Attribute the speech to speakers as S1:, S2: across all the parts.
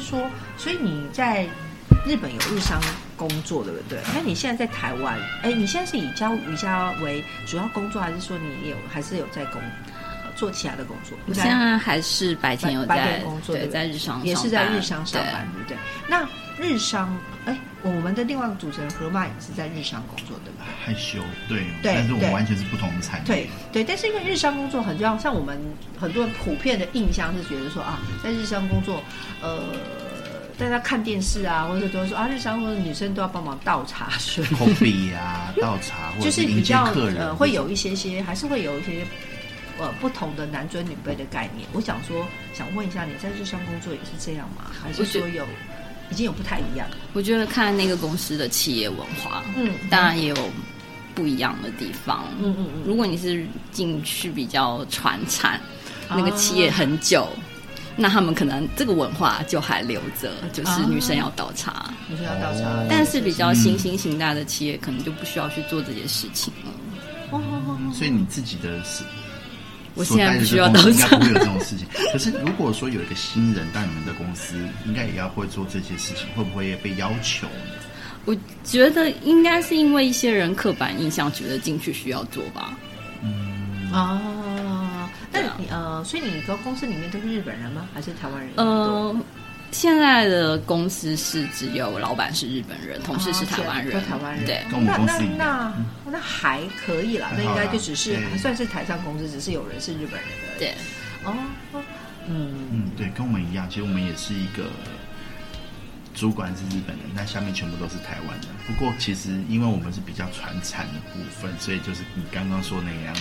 S1: 说，所以你在日本有日商工作，对不对？那你现在在台湾，哎，你现在是以教瑜伽为主要工作，还是说你有还是有在工、呃做其他的工作？
S2: 我现在还是白天有
S1: 白白
S2: 在
S1: 天工作对不对
S2: 在日商
S1: 也是
S2: 上
S1: 在
S2: 班
S1: 日商上班，对不对？那日商，哎，我们的另外一个主持人何曼也是在日商工作，对吧？
S3: 害羞，对，
S1: 对
S3: 但是我
S1: 对
S3: 们完全是不同的产业。
S1: 对对，但是因为日商工作很重要，像我们很多人普遍的印象是觉得说啊，在日商工作，呃，大家看电视啊，或者都会说啊，日商或者女生都要帮忙倒茶水，
S3: 口笔啊，倒茶，或
S1: 就
S3: 者
S1: 是比
S3: 迎接
S1: 较
S3: 客人，
S1: 呃，会有一些些，还是会有一些呃不同的男追女卑的概念。我想说，想问一下，你在日商工作也是这样吗？还是
S2: 我觉
S1: 说有已经有不太一样？
S2: 我觉得看那个公司的企业文化，
S1: 嗯
S2: 当然也有不一样的地方。
S1: 嗯嗯嗯
S2: 如果你是进去比较传产，
S1: 啊
S2: 那个企业很久，那他们可能这个文化就还留着，就是
S1: 啊
S2: 女生要倒茶。
S1: 你说要倒茶，
S3: 哦
S2: 但是比较新兴形态的企业，可能就不需要去做这些事情了。
S1: 哦哦哦哦
S3: 所以你自己的是，
S2: 我
S3: 所
S2: 现在
S3: 待
S2: 不
S3: 的
S2: 需要
S3: 这
S2: 倒
S3: 公司应
S2: 茶
S3: 该不，会有这种事情。可是如果说有一个新人到你们的公司，应该也要会做这些事情，会不会被要求呢？
S2: 我觉得应该是因为一些人刻板印象，觉得进去需要做吧。
S1: 啊，那
S2: 对啊
S1: 你呃，所以你的公司里面都是日本人吗？还是台湾人？
S2: 呃，现在的公司是只有老板是日本人，同事是台湾人，
S1: 啊都台湾人
S2: 对。
S3: 跟我
S1: 那
S3: 们公
S1: 那
S3: 司一样，
S1: 那那还可以啦，那
S3: 很
S1: 应
S3: 好啦啊
S1: 该就只是
S3: 对
S1: 还算是台上公司，只是有人是日本人的。
S2: 对，
S1: 哦，哦嗯，
S3: 嗯，对，跟我们一样，其实我们也是一个主管是日本人，但下面全部都是台湾人。不过其实因为我们是比较传产的部分，所以就是你刚刚说那个样子，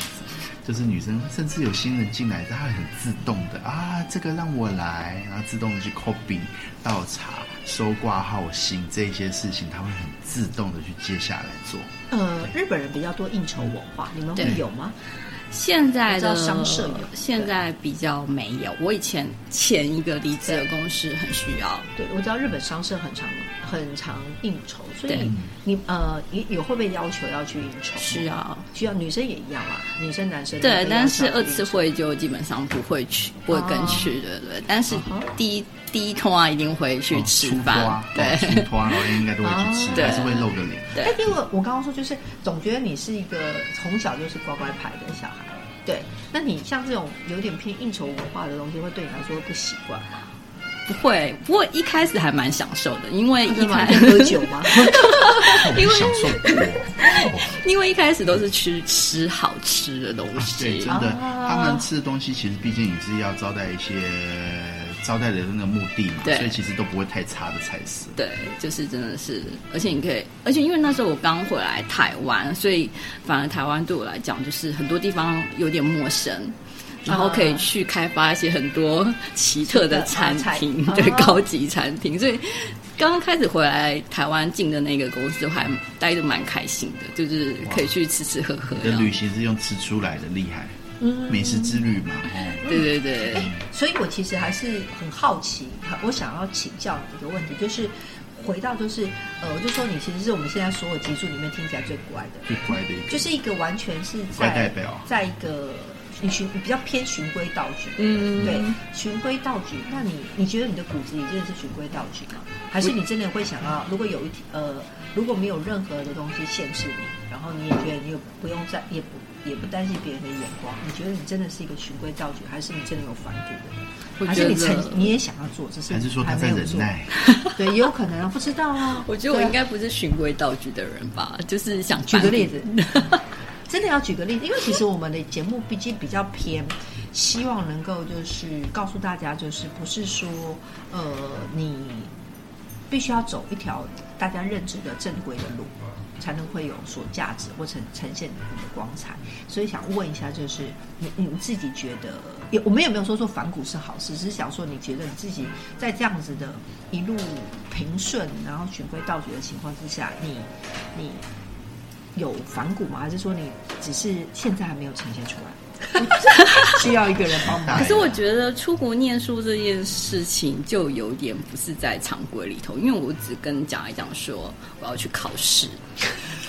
S3: 就是女生甚至有新人进来，她会很自动的啊，这个让我来，然后自动的去 copy 倒茶、收挂号信这些事情，她会很自动的去接下来做。
S1: 呃，日本人比较多应酬文化，你们会
S2: 对
S1: 有吗？
S2: 现在
S1: 我
S2: 的
S1: 知道商社有
S2: 现在比较没有。我以前前一个离职的公司很需要，
S1: 对，我知道日本商社很常很常应酬，所以
S2: 对
S1: 你呃，你有会被要求要去应酬？
S2: 需，要
S1: 需要女生也一样嘛，女生男生都
S2: 对
S1: 被，要
S2: 但
S1: 求
S2: 是
S1: 要
S2: 二
S1: 去应
S2: 次
S1: 酬
S2: 会就基本上不会去，
S1: 哦
S2: 不会跟去，对对对。但是
S1: 啊哈
S2: 第一第一通啊，一定会去吃饭
S3: 哦，出
S2: 对
S3: 团，出团老人应该都会去 吃，
S2: 哦
S3: 还是会露个脸。
S2: 对
S1: 哎但因为我刚刚说，就是总觉得你是一个从小就是乖乖牌的小孩，对。那你像这种有点偏应酬文化的东西，会对你来说不习惯吗？
S2: 不会。不过一开始还蛮享受的，因为一
S1: 你
S2: 开
S1: 蛮会喝酒吗？
S3: 我们享受过。哦
S2: 因为一开始都是去吃好吃的东西
S3: 对，真，的，
S1: 啊
S3: 他们吃的东西其实毕竟也是要招待一些招待的那个目的嘛，
S2: 对
S3: 所以其实都不会太差的菜色。
S2: 对，就是真的是，而且你可以，而且因为那时候我刚回来台湾，所以反而台湾对我来讲就是很多地方有点陌生。然后可以去开发一些很多奇特的餐厅，
S1: 啊 奇特的啊菜
S2: 对
S1: 啊
S2: 高级餐厅。所以刚刚开始回来台湾进的那个公司，我还待的蛮开心的，就是可以去吃吃喝喝
S3: 你
S2: 这
S3: 的
S2: 样。
S3: 旅行是用吃出来的厉害，
S1: 嗯，哎
S3: 美食之旅嘛，哦，
S2: 对对对，
S1: 所以我其实还是很好奇，我想要请教你一个问题，就是回到就是呃，我就说你其实是我们现在所有集数里面听起来最乖的，
S3: 最乖的一个，
S1: 就是一个完全是在
S3: 乖代表
S1: 在一个你循你比较偏循规蹈矩，
S2: 嗯
S1: 对，循规蹈矩。那你你觉得你的骨子里真的是循规蹈矩吗？还是你真的会想要，如果有一天呃，如果没有任何的东西限制你，然后你也觉得你也不用再也不也不担心别人的眼光，你觉得你真的是一个循规蹈矩，还是你真的有反骨
S2: 我
S1: 的？还
S2: 觉
S1: 是
S2: 得
S1: 你曾你也想要做，只是
S3: 还是说他
S1: 还
S3: 在
S1: 没有
S3: 忍
S1: 做？
S3: 耐，
S1: 对，也有可能啊，不知道啊。
S2: 我觉得我
S1: 对啊
S2: 应该不是循规蹈矩的人吧，就是想
S1: 举个
S2: 反
S1: 例
S2: 比
S1: 子， 真的要举个例子，因为其实我们的节目毕竟比较偏，希望能够就是告诉大家，就是不是说呃你必须要走一条大家认知的正规的路，才能会有所价值或呈呈现你的光彩。所以想问一下，就是你你自己觉得，也我们也没有说做反骨是好事，只是想说你觉得你自己在这样子的一路平顺，然后循规蹈矩的情况之下，你你有反骨吗？还是说你只是现在还没有呈现出来？需要一个人帮忙
S2: 可。是我觉得出国念书这件事情就有点不是在常规里头，因为我只跟家里讲说我要去考试，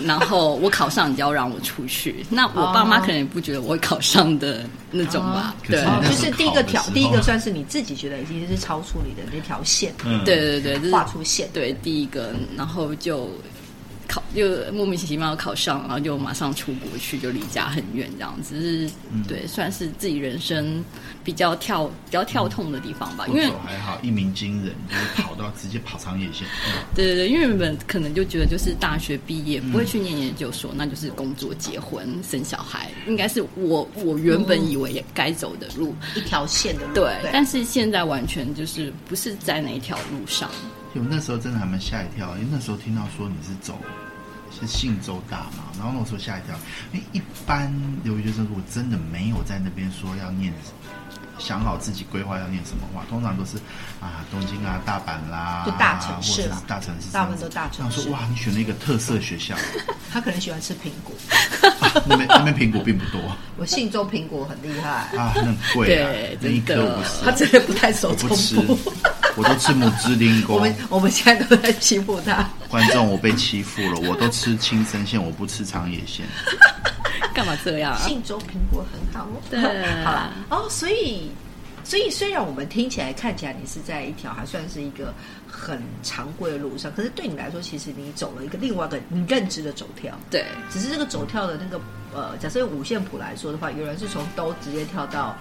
S2: 然后我考上，你就要让我出去。那我爸妈可能也不觉得我会考上的那种吧。
S3: 哦
S2: 对
S3: 可是
S1: 哦，
S3: 那
S1: 就
S3: 时
S1: 是
S3: 候
S1: 第一个条
S3: 考，的时候
S1: 第一个算是你自己觉得已经是超出你的那条线，
S3: 嗯，
S2: 对对对，这是
S1: 画出线。
S2: 对第一个，然后就考就莫名其妙考上，然后就马上出国去，就离家很远这样子。是
S3: 嗯
S2: 对，算是自己人生比较跳比较跳痛的地方吧。因
S3: 嗯不
S2: 为
S3: 走还好，一鸣惊人，就是跑到直接跑长野县。嗯
S2: 对对对，因为原本可能就觉得就是大学毕业不会去念研究所，那就是工作、结婚、生小孩，应该是我我原本以为也该走的路。
S1: 一条线的路，
S2: 对，但是现在完全就是不是在那一条路上。
S3: 因为我那时候真的还蛮吓一跳，因为那时候听到说你是走是信州大嘛，然后那时候吓一跳，因为一般留学生如果真的没有在那边说要念，想好自己规划要念什么的话，通常都是啊东京啊大阪啦，
S1: 就大城市
S3: 或者
S1: 啦
S3: 是大城市这
S1: 大
S3: 样子，
S1: 部分都大城市
S3: 然后说哇，你选了一个特色学校，啊
S1: 他可能喜欢吃苹果。
S3: 那边那边苹果并不多
S1: 我信州苹果很厉 害，
S3: 啊，那很贵啊，
S2: 对
S3: 那一颗
S2: 真的
S3: 我不吃
S1: 他真的不太
S3: 我
S1: 守中
S3: 不吃
S1: 部。，
S3: 我都吃母 鸡丁
S1: 我
S3: 公。
S1: 们我们现在都在欺负他。
S3: 观众，我被欺负了，我都吃青森县，我不吃长野县。
S2: 干嘛这样啊？
S1: 信州苹果很好哦。
S2: 对
S1: 好啦，哦，所以所以虽然我们听起来看起来你是在一条还算是一个很常规的路上，可是对你来说，其实你走了一个另外一个你认知的走跳，
S2: 对
S1: 只是这个走跳的那个呃，假设用五线谱来说的话，有人是从都直接跳到。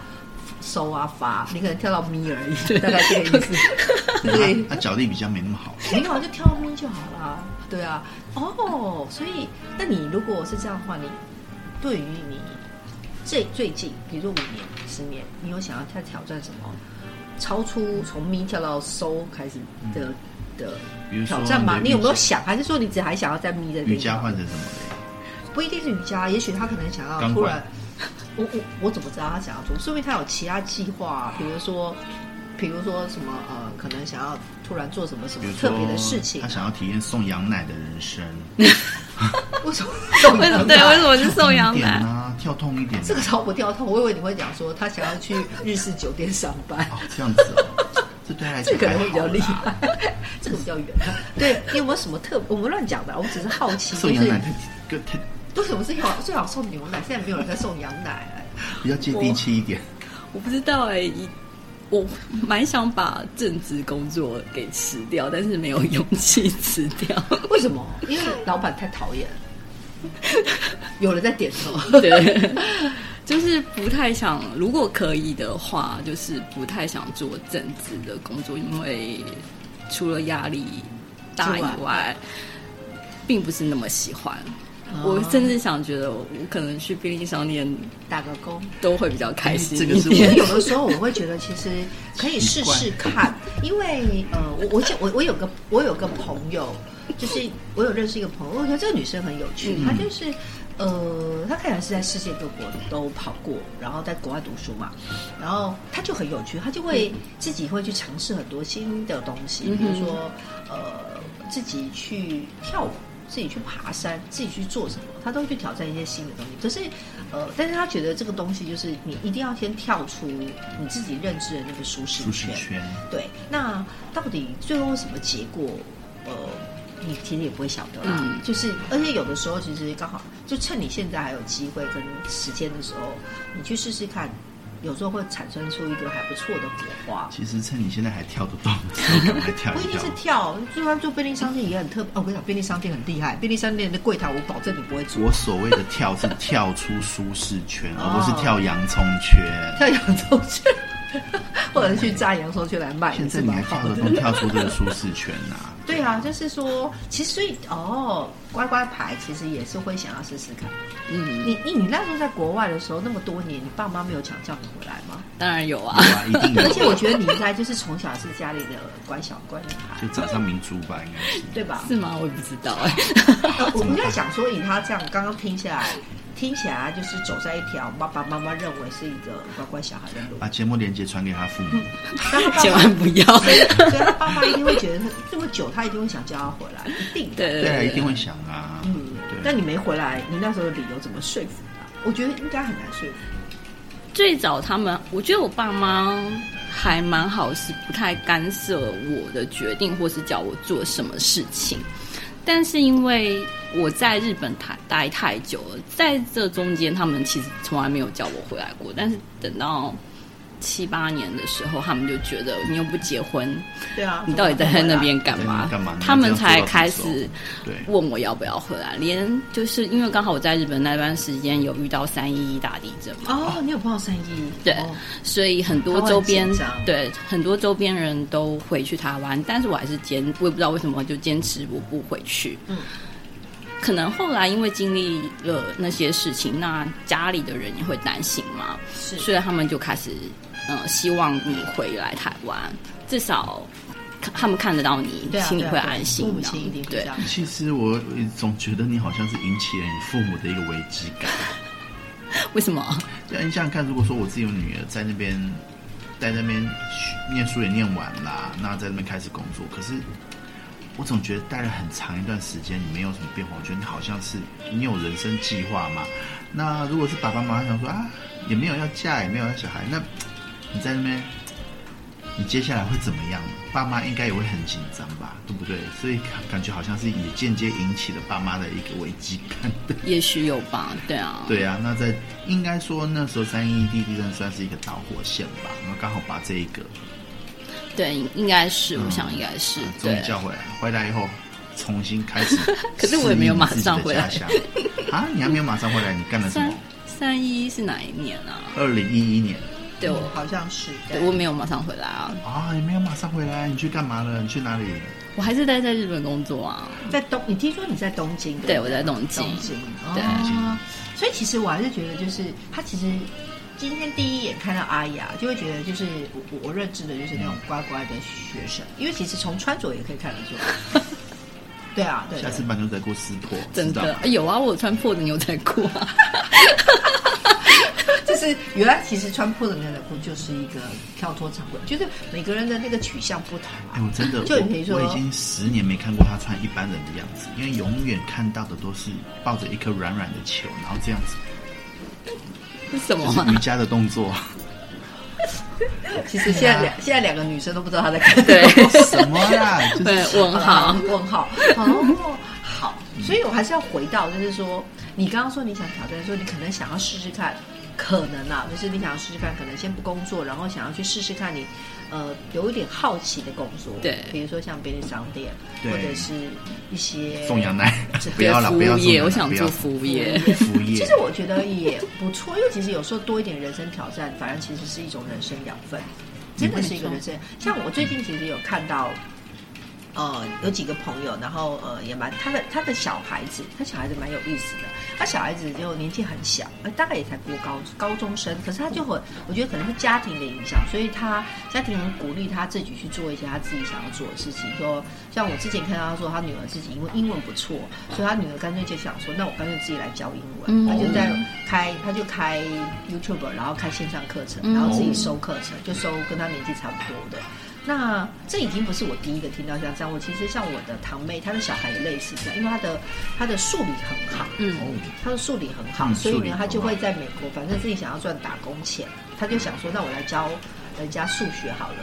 S1: 收啊发，你可能跳到咪而 已，大概这个意思。对，
S3: 他脚力比较没那么好。
S1: 没有就挑咪就好啦。对啊，哦，所以那你如果是这样的话，你对于你最最近，比如说五年、十年，你有想要再挑战什么超出从咪跳到收开始的、的
S3: 嗯比如说
S1: 挑战吗？
S3: 你的
S1: 你有没有
S3: 瑜伽
S1: 想，还是说你只还想要在咪的地
S3: 瑜
S1: 方
S3: 伽换成什么嘞？
S1: 不一定是瑜伽，也许他可能想要
S3: 钢
S1: 突
S3: 管
S1: 然， 我我我怎么知道他想要做？说明他有其他计划、啊，比如说，比如说什么呃，可能想要突然做什么什
S3: 比
S1: 么
S3: 如说
S1: 特别的事情
S3: 他。想要体验送羊奶的 人生。
S1: 为什么？
S2: 为什么？对，为什么是送羊
S3: 一点
S2: 奶？
S3: 啊，跳痛一点、啊。
S1: 这个超不跳痛？我以为你会讲说他想要去日式酒店上班，
S3: 哦，这样子哦，这对他来
S1: 这
S3: 讲
S1: 个可能
S3: 还
S1: 会比较
S3: 好
S1: 厉
S3: 啦。
S1: 害， 这个比较远。啊对，你有没有什么特？我们乱讲的，我们只是好奇，
S3: 送
S1: 就
S3: 羊
S1: 是
S3: 奶太太
S1: 为什么最好最好送牛奶？现在没有人在送羊奶。
S3: 比较接地气一点。
S2: 我不知道哎、一我蛮想把正职工作给辞掉，但是没有勇气辞掉。
S1: 为什么？因为老板太讨 厌。有人在点头。
S2: 对，就是不太想，如果可以的话，就是不太想做正职的工作，因为除了压力大以
S1: 之
S2: 外，并不是那么喜欢。我甚至想觉得，我可能去便利商店
S1: 打个 工。
S2: 都会比较开心
S3: 这个
S2: 一
S3: 是
S1: 所以
S2: 点。
S1: 有的时候我会觉得，其实可以试试看，因为呃，我我记我我有个我有个朋友，就是我有认识一个朋友，我觉得这个女生很有趣，她就是呃，她看起来是在世界各国都跑过，然后在国外读书嘛，然后她就很有趣，她就会自己会去尝试很多新的东西，比如说呃，自己去跳舞。自己去爬山，自己去做什么，她都会去挑战一些新的东西。可是，呃，但是她觉得这个东西就是你一定要先跳出你自己认知的那个舒适
S3: 舒适圈，
S1: 对，那到底最后什么结果？呃，你其实也不会晓得啦。
S2: 嗯
S1: 就是，而且有的时候其实刚好就趁你现在还有机会跟时间的时候，你去试试看，有时候会产生出一个还不错的火花。
S3: 其实趁你现在还跳得动的时候，赶快跳
S1: 不一定
S3: 跳
S1: 是。跳，就算做便利商店也很特别。哦，我跟你讲，便利商店很厉害，便利商店的柜台我保证你不会做。
S3: 我所谓的跳是跳出舒适圈，
S1: 哦
S3: 而不是跳洋葱圈。
S1: 跳洋葱圈， 或者是去炸洋葱圈来卖，
S3: 现在
S1: 是
S3: 你
S1: 蛮
S3: 还
S1: 好
S3: 跳得
S1: 的。
S3: 动，跳出这个舒适圈呐、啊？
S1: 对啊，就是说，其实所以哦，乖乖牌其实也是会想要试试看。
S2: 嗯，
S1: 你你你那时候在国外的时候那么多年，你爸妈没有强叫你回来吗？
S2: 当然有啊。
S3: 有啊，一定有。
S1: 而且我觉得你应该就是从小是家里的乖小乖女孩
S2: 嗯
S3: 就，早上明珠吧，应该是。
S1: 对吧？
S2: 是吗？我也不知道哎、
S1: 呃我我在想说，以他这样刚刚听起来，听起来就是走在一条爸爸妈妈认为是一个乖乖小孩的路，
S3: 把节目连接传给他父
S1: 嗯
S3: 母，
S1: 但他爸
S2: 千
S1: 妈，
S2: 万不 要。
S1: 所以他爸妈一定会觉得他这么久，他一定会想叫他回来，一定的。
S2: 对
S3: 对啊，一定会想啊。
S1: 嗯，那
S3: 对。
S1: 你没回来，你那时候的理由怎么说服他？我觉得应该很难说服。
S2: 最早他们，我觉得我爸妈还蛮好，是不太干涉我的决定，或是叫我做什么事情。但是因为我在日本待待太久了，在这中间他们其实从来没有叫我回来过，但是等到七八年的时候，他们就觉得你又不结婚，
S1: 对啊，
S2: 你到底在那边干嘛？
S3: 啊干嘛你要
S2: 他们
S3: 这样
S2: 才
S3: 做到
S2: 开
S3: 什么时
S2: 始
S3: 对，
S2: 问我要不要回来，连就是因为刚好我在日本那段时间有遇到三一一大地震嘛，
S1: 哦，你有碰到三一
S2: 对
S1: 哦
S2: 所以很多周边
S1: 台湾很紧张
S2: 对很多周边人都回去台湾，但是我还是坚，我也不知道为什么就坚持我不回去。
S1: 嗯，
S2: 可能后来因为经历了那些事情，那家里的人也会担心嘛，
S1: 是
S2: 所以他们就开始呃希望你回来台湾，至少看他们看得到你，
S1: 对啊，
S2: 心里
S1: 对啊
S2: 会
S1: 对啊
S2: 安心
S1: 父
S2: 的。
S1: 母亲一定会这
S2: 对
S1: 样。
S3: 其实我总觉得你好像是引起了你父母的一个危机感。
S2: 为什么？
S3: 对，你想想看，如果说我自己有女儿在那边，在那边学念书也念完啦，那在那边开始工作，可是我总觉得待了很长一段时间，你没有什么变化，我觉得你好像是你有人生计划嘛。那如果是爸爸妈妈想说啊，也没有要嫁，也没有要小孩，那你在那边，你接下来会怎么样？爸妈应该也会很紧张吧，对不对？所以感觉好像是也间接引起了爸妈的一个危机感。
S2: 也许有吧，对啊，
S3: 对啊，那在应该说那时候三一地地震算是一个导火线吧，然后刚好把这一个
S2: 对，应该是，我想应该是
S3: 呃终
S2: 对。
S3: 于。叫回来，回来以后重新开始
S2: 可是我也没有马上回来
S3: 啊！你还没有马上回来，你干了什
S2: 三
S3: 么？
S2: 三一是哪一年啊？
S3: 二零一一年
S2: 对我，
S1: 好像是
S2: 对我没有马上回来啊，
S3: 啊，你没有马上回来，你去干嘛了？你去哪里？
S2: 我还是待在日本工作啊。
S1: 在东，你听说你在东京？不
S2: 对我在东京
S1: 东京
S2: 对
S1: 哦。所以其实我还是觉得，就是他其实今天第一眼看到阿雅，就会觉得就是我我我认知的就是那种乖乖的学生，因为其实从穿着也可以看得出来。 对啊，对
S3: 下
S1: 对
S3: 次把牛仔裤撕破，
S2: 真
S3: 知道
S2: 的
S3: 吗
S2: 有啊，我有穿破的牛仔裤啊。
S1: 就是原来其实穿破的牛仔裤就是一个跳脱常规，就是每个人的那个取向不同
S3: 哎，
S2: 嗯
S1: 啊。
S3: 我真的，
S1: 就比如说
S3: 我我已经十年没看过他穿一般人的样子，因为永远看到的都是抱着一颗软软的球，然后这样子，
S2: 是什么
S3: 就是
S2: 啊
S3: 瑜？伽的动 作。
S1: 其实现在两现在两个女生都不知道她在干
S2: 对
S3: 什么啦？就是
S2: 对，啊问号。
S1: 问号。哦，好，所以我还是要回到，就是说，你刚刚说你想挑战，说你可能想要试试看，可能啊，就是你想要试试看，可能先不工作，然后想要去试试看你，呃，有一点好奇的工作，
S2: 对
S1: 比如说像便利商店，或
S3: 对
S1: 者是一些
S3: 送羊奶
S1: 这，
S3: 不要了，
S2: 服
S3: 不要
S2: 务
S3: 送
S2: 业，
S3: 羊
S2: 我
S3: 奶，
S2: 想
S3: 不
S2: 做
S3: 要
S2: 服务业。
S3: 服务业。
S1: 其实我觉得也不错，因为其实有时候多一点人生挑战，反而其实是一种人生养分，真的是一个人生。像我最近其实有看到，呃，有几个朋友，然后呃也蛮他的他的小孩子，他小孩子蛮有意思的，他啊小孩子就年纪很小，呃大概也才过高高中生，可是他就很，我觉得可能是家庭的影响，所以他家庭很鼓励他自己去做一些他自己想要做的事情。说像我之前看到他说他女儿自己因为英文不错，所以他女儿干脆就想说，那我干脆自己来教英文，
S2: 嗯
S1: 他就在开他就开 YouTube，然后开线上课程，
S2: 嗯
S1: 然后自己收课程，就收跟他年纪差不多的。那这已经不是我第一个听到像这样。我其实像我的堂妹，她的小孩也类似这样，因为她的她的数理很好，
S2: 嗯，
S3: 哦，
S1: 他的数理很好，
S3: 嗯
S1: 所以
S3: 数理
S1: 呢
S3: 很，
S1: 他就
S3: 好
S1: 会在美国，反正自己想要赚打工钱，他就想说，那我来教人家数学好了，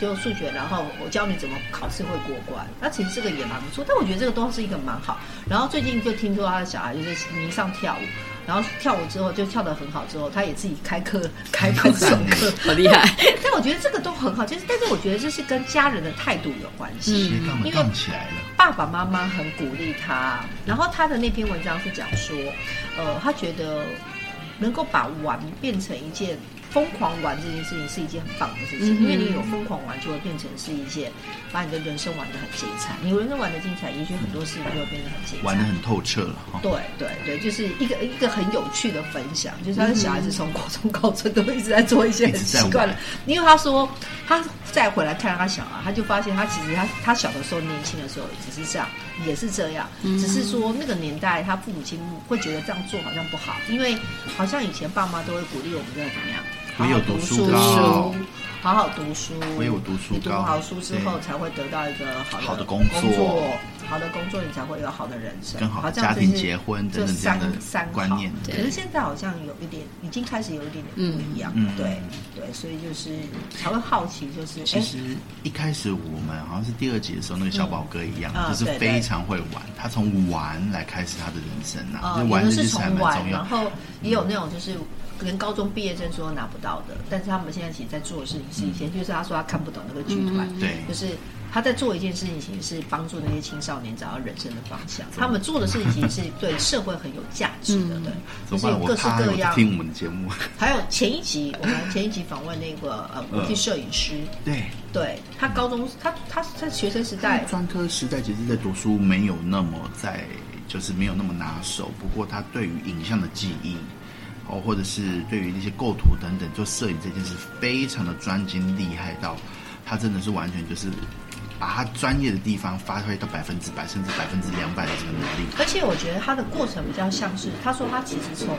S1: 就数学，然后我教你怎么考试会过关。那其实这个也蛮不错，但我觉得这个都是一个蛮好。然后最近就听说他的小孩就是迷上跳舞，然后跳舞之后就跳得很好，之后他也自己开课、 开课授课。
S2: 好厉害。
S1: 但我觉得这个都很好，就是但是我觉得这是跟家人的态度有关系。
S2: 嗯
S3: 斜杠
S1: 因为
S3: 的杠起来了，
S1: 爸爸妈妈很鼓励他，然后他的那篇文章是讲说，呃，他觉得能够把玩变成一件疯狂玩这件事情是一件很棒的事情，
S2: 嗯哼
S1: 因为你有疯狂玩，就会变成是一件把你的人生玩得很精彩。你人生玩得精彩，也许很多事情就会变得很精彩。
S3: 玩的很透彻了哈。
S1: 对对对，就是一个一个很有趣的分享，就是他的小孩子从高中、高中都一直在做一些很奇怪的
S3: 一直在玩，
S1: 因为他说他再回来看他小孩，他就发现他其实他他小的时候年轻的时候只是这样，也是这样，
S3: 嗯
S1: 只是说那个年代他父母亲会觉得这样做好像不好，因为好像以前爸妈都会鼓励我们要怎么样，好
S3: 我有
S1: 好
S3: 读
S1: 读
S3: 书
S1: 书
S3: 高，
S1: 好好读书，
S3: 我有读书
S1: 你读
S3: 高
S1: 好书之后
S3: 对
S1: 才会得到一个好的
S3: 好的
S1: 工
S3: 工作
S1: 作好的工作，你才会有好的人生，
S3: 跟好的
S1: 像
S3: 家
S1: 就
S3: 庭
S1: 是
S3: 结婚
S1: 这
S3: 等等这样
S1: 三
S3: 的
S1: 三
S3: 观
S1: 好
S3: 念
S2: 对
S1: 可是现在好像有一点，已经开始有一点点不一样，
S3: 嗯嗯
S1: 对对，所以就是才会好奇，就是
S3: 其
S1: 哎，
S3: 实一开始我们好像是第二集的时候，那个小宝哥一样，
S1: 嗯啊
S3: 就是
S1: 对对
S3: 非常会玩。他从玩来开始他的人生
S1: 呃，
S3: 啊，就
S1: 有
S3: 玩
S1: 的
S3: 这
S1: 是
S3: 件事还
S1: 从
S3: 蛮
S1: 玩，
S3: 重
S1: 然
S3: 要。
S1: 后也有那种就是连高中毕业证书都拿不到的，但是他们现在其实在做的事情是以前就是他说他看不懂那个剧团，
S2: 嗯
S3: 嗯对
S1: 就是他在做一件事情，其实是帮助那些青少年找到人生的方向。他们做的事情其实是对社会很有价值的，
S2: 嗯
S1: 对，就
S3: 怎么
S1: 是有
S3: 办？我
S1: 各式
S3: 怕
S1: 各
S3: 我
S1: 样。
S3: 听我们的节目，
S1: 还有前一集，我们前一集访问那个呃国际
S3: 嗯
S1: 摄影师，
S3: 对。
S1: 对他高中他他在学生时代，
S3: 专科时代其实，在读书没有那么在，就是没有那么拿手。不过，他对于影像的记忆，哦，或者是对于那些构图等等，做摄影这件事非常的专精，厉害到他真的是完全就是把他专业的地方发挥到百分之百，甚至百分之两百的这个能力。
S1: 而且我觉得他的过程比较像是，他说他其实从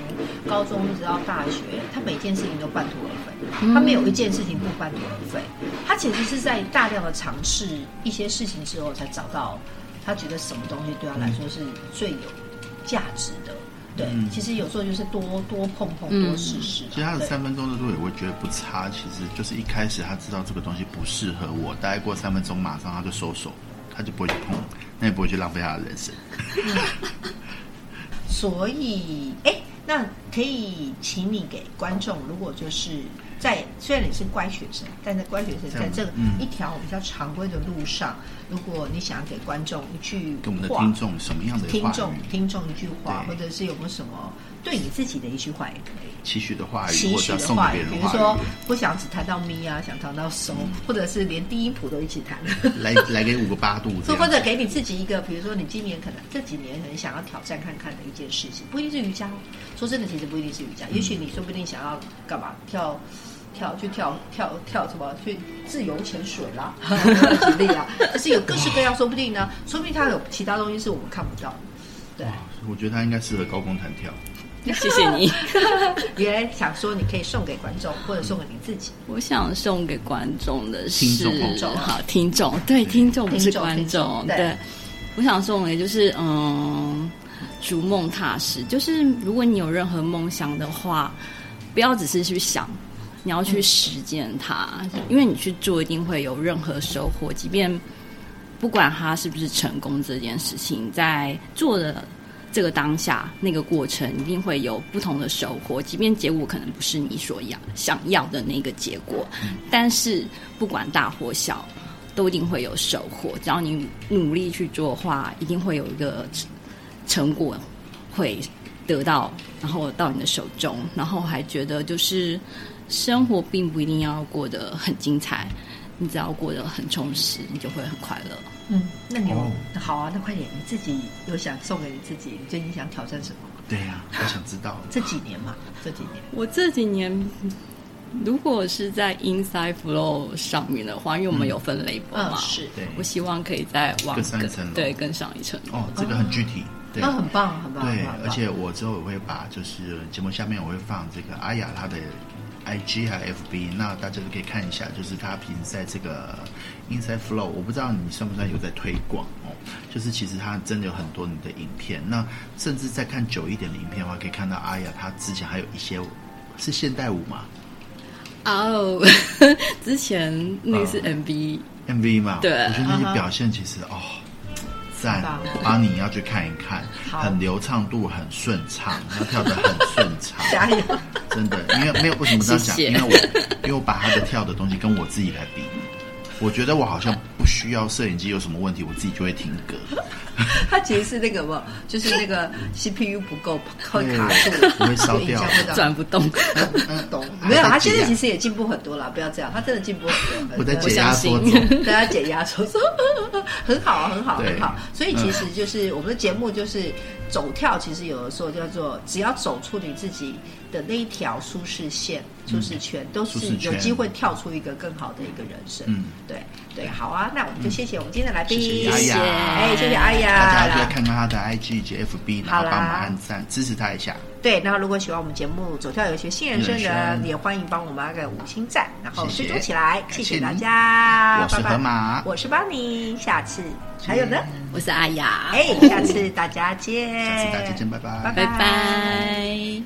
S1: 高中一直到大学，他每件事情都半途而废，他没有一件事情不半途而废。他其实是在大量的尝试一些事情之后，才找到他觉得什么东西对他来说是最有价值的。对，
S3: 嗯
S1: 其实有时候就是多多碰碰，
S2: 嗯
S1: 多试试啊。
S3: 其实他的
S1: 对
S3: 三分钟热度也我觉得不差，其实就是一开始他知道这个东西不适合我，大概过三分钟马上他就收手，他就不会去碰，那也不会去浪费他的人生。
S1: 所以，哎，那可以请你给观众，如果就是在虽然你是乖学生，但是乖学生在这个
S3: 嗯
S1: 一条比较常规的路上，如果你想要给观众一句
S3: 给我们的
S1: 话
S3: 听众什么样的
S1: 听
S3: 话
S1: 众
S3: 语？
S1: 听众一句话，或
S3: 对
S1: 者是有没有什么对你自己的一句话也可以。
S3: 期许的话语，
S1: 期
S3: 或
S1: 许
S3: 者要
S1: 的
S3: 送
S1: 话
S3: 给
S1: 语
S3: 别，
S1: 比
S3: 人的
S1: 如
S3: 话
S1: 说
S3: 语，
S1: 不想只谈到咪啊，想谈到收，或者是连第一谱都一起弹。
S3: 来来给五个八度这
S1: 或
S3: 样
S1: 者给你自己一个，比如说你今年可能这几年很想要挑战看看的一件事情，不一定是瑜伽哦。说真的，其实不一定是瑜伽，也许你说不定想要干嘛跳。跳去跳跳跳什么？去自由潜水啦，举例啊，就是有各式各样，说不定呢，说不定它有其他东西是我们看不到的。对，
S3: 我觉得他应该适合高空弹跳。
S2: 谢谢你。
S1: 也想说你可以送给观众，或者送给你自己。
S2: 我想送给观众的是，
S3: 听众听
S1: 众
S2: 好听众，对听众不是
S1: 听众
S2: 观众，
S1: 听众对
S2: 我想送的就是嗯，逐梦踏实，就是如果你有任何梦想的话，不要只是去想。你要去实践它，因为你去做一定会有任何收获，即便不管它是不是成功这件事情，在做的这个当下那个过程，一定会有不同的收获，即便结果可能不是你所要想要的那个结果，
S1: 嗯
S2: 但是不管大或小，都一定会有收获。只要你努力去做的话，一定会有一个成成果会得到，然后到你的手中。然后还觉得就是生活并不一定要过得很精彩，你只要过得很充实，你就会很快乐。
S1: 嗯，那你有、
S3: 哦
S1: 好啊，那快点，你自己有想送给你自己，你最近想挑战什么吗？
S3: 对呀、我想知道。
S1: 这几年嘛，这几年。
S2: 我这几年，如果是在 Inside Flow 上面的话，因为我们有分 label 嘛，
S1: 嗯是
S3: 对
S2: 我希望可以再往
S3: 更上一层楼
S2: 对更上一层楼。
S3: 哦，这个很具体。对。
S1: 哦那很棒，很棒，
S3: 对
S1: 很棒，
S3: 而且我之后我会把就是节目下面我会放这个阿雅她的 IG 还有 FB，那大家都可以看一下，就是她平时在这个 Inside Flow，我不知道你算不算有在推广哦，就是其实她真的有很多你的影片，那甚至在看久一点的影片的话，可以看到阿雅她之前还有一些是现代舞嘛
S2: 哦， 之前那
S3: 啊
S2: 是 MV，、
S3: MV 嘛，
S2: 对
S3: 我觉得
S1: 嗯
S3: 那
S1: 哼
S3: 些表现其实哦。赞
S1: 棒，
S3: 阿你要去看一看，
S1: 好
S3: 很流畅度很顺畅，她跳得很顺 畅，
S1: 加油！
S3: 真的，因为没有为什么这样讲？
S2: 谢谢
S3: 因为我因为我把他的跳的东西跟我自己来比，我觉得我好像不需要摄影机有什么问题，我自己就会停格。
S1: 它其实是那个嘛，就是那个 CPU 不够会
S3: 对
S1: 卡住，
S3: 我会烧
S1: 影
S3: 掉
S1: 响不到。
S2: 转不动。
S1: 懂没有，
S3: 还在
S1: 他现在
S3: 解压
S1: 其实也进步很多啦，不要这样，他真的进步很多。
S3: 我在解
S1: 对
S3: 压
S2: 信
S3: 缩中，
S1: 大家解压，说说很好啊，很好，
S3: 对
S1: 很好。所以其实就是我们的节目就是走跳，其实有的时候叫做只要走出你自己的那一条舒适线、舒适圈，都
S3: 舒
S1: 是
S3: 适
S1: 有
S3: 圈
S1: 机会跳出一个更好的一个人生。
S3: 嗯
S1: 对对，好啊，那我们就谢谢我们今天的来宾，
S3: 谢谢阿雅
S1: 哎，谢谢阿雅，啦
S3: 大 家就
S1: 啦
S3: 会看到他的 IG 以及 FB，然
S1: 好
S3: 后
S1: 啦
S3: 帮忙按赞支持他一下。
S1: 对，然后如果喜欢我们节目《走跳有些新人生》
S3: 人
S1: 的，
S3: 生
S1: 也欢迎帮我们按个五星赞，然后
S3: 谢
S1: 追
S3: 谢
S1: 踪起来。
S3: 感
S1: 谢
S3: 谢
S1: 谢大
S3: 你
S1: 家，
S3: 我是
S1: 拜拜
S3: 河马
S1: 我是邦尼，下次还有呢， 哎
S2: 我是阿雅，
S1: 哎，下次大家见，
S3: 下次大家见，拜拜
S1: 拜
S2: 拜拜。